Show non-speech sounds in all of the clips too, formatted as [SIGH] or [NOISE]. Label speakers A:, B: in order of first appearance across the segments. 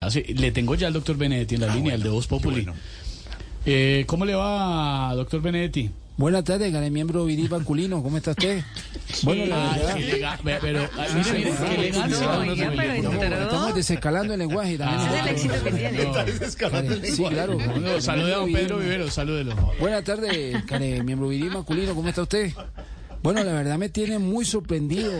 A: Así, Ah, le tengo ya al doctor Benedetti en la línea, el de Voz Populi. Eh, ¿Cómo le va, doctor Benedetti?
B: Buenas tardes, gran miembro Viri Banculino, ¿cómo está usted? Bueno, la
A: Ay,
B: verdad,
A: Ah, qué elega- ve- pero, ay, mire, mire, qué elegancia.
C: No, oiga, pero
B: estamos
C: entró.
B: desescalando el
A: Ah,
B: lenguaje. También
C: Ese es el éxito que tiene.
B: Care- Sí, claro.
A: No, salude a don Pedro Vivero, salúdelo.
B: Buenas tardes, care miembro Viri Banculino, ¿cómo está usted? Bueno, la verdad me tiene muy sorprendido,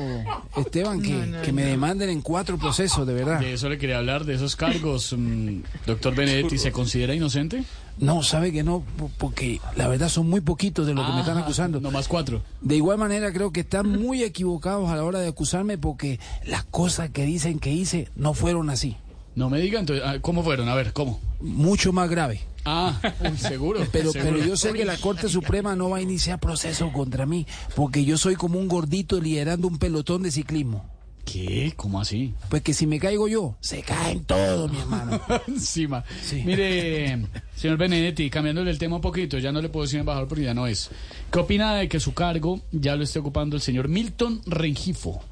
B: Esteban, que, que me demanden en cuatro procesos, de verdad.
A: De eso le quería hablar, de esos cargos. mm, Doctor Benedetti, ¿se considera inocente?
B: No, sabe que no, po- porque la verdad son muy poquitos de los que me están
A: Ajá,
B: acusando.
A: Ah. No más cuatro.
B: De igual manera creo que están muy equivocados a la hora de acusarme porque las cosas que dicen que hice no fueron así.
A: No me diga, entonces, ah, ¿cómo fueron? A ver, ¿cómo?
B: Mucho más grave.
A: Ah, seguro.
B: Pero,
A: seguro.
B: pero yo sé que la Corte Suprema no va a iniciar proceso contra mí, porque yo soy como un gordito liderando un pelotón de ciclismo.
A: ¿Qué? ¿Cómo así?
B: Pues que si me caigo yo, se caen todos, mi hermano.
A: [LAUGHS] Encima.
B: Sí.
A: [LAUGHS] Mire, señor Benedetti, cambiándole el tema un poquito, ya no le puedo decir embajador porque ya no es. ¿Qué opina de que su cargo ya lo esté ocupando el señor Milton Rengifo?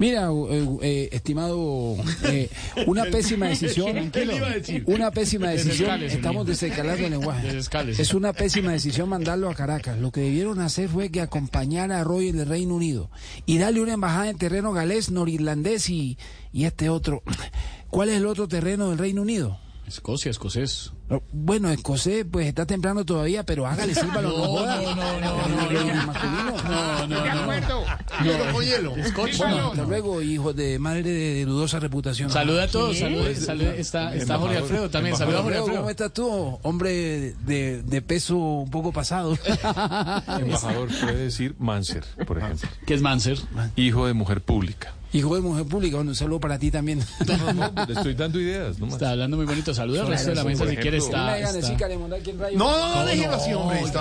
B: Mira, eh, eh, estimado, eh, una pésima decisión.
A: ¿Qué le iba a decir?
B: Una pésima decisión.
A: Desescales,
B: Estamos
A: señor.
B: desescalando el lenguaje.
A: Desescales.
B: Es una pésima decisión mandarlo a Caracas. Lo que debieron hacer fue que acompañara a Roy en el Reino Unido y darle una embajada en terreno galés, norirlandés y, y este otro. ¿Cuál es el otro terreno del Reino Unido?
A: Escocia, escocés.
B: No, Bueno, escocés, pues está temprano todavía, pero
A: [LAUGHS]
B: hágale, sírvalo, no, joda. Masculino.
A: No, no,
D: De
A: no.
D: acuerdo. Hielo con hielo.
A: Escocia.
B: Bueno,
A: no.
B: hasta luego, hijo de madre de dudosa reputación.
A: Saluda a todos, saluda, saluda, está, está Jorge Alfredo también, saluda a Jorge
B: Alfredo, ¿Cómo
A: Alfredo.
B: estás tú, hombre de, de peso un
A: [LAUGHS]
B: poco pasado?
E: Embajador puede decir Manser, por ejemplo.
A: ¿Qué es Manser?
E: Hijo de mujer pública.
B: Hijo de mujer pública, bueno, un saludo para
A: [LAUGHS]
B: ti también.
E: pues Le estoy dando ideas, no más.
A: Está hablando muy bonito, saluda al resto de la mesa si quiere,
E: ejemplo.
A: está-
B: Una ganesita
A: está.
B: de mandar quién rayo.
D: No, no, no, déjelo así, hombre.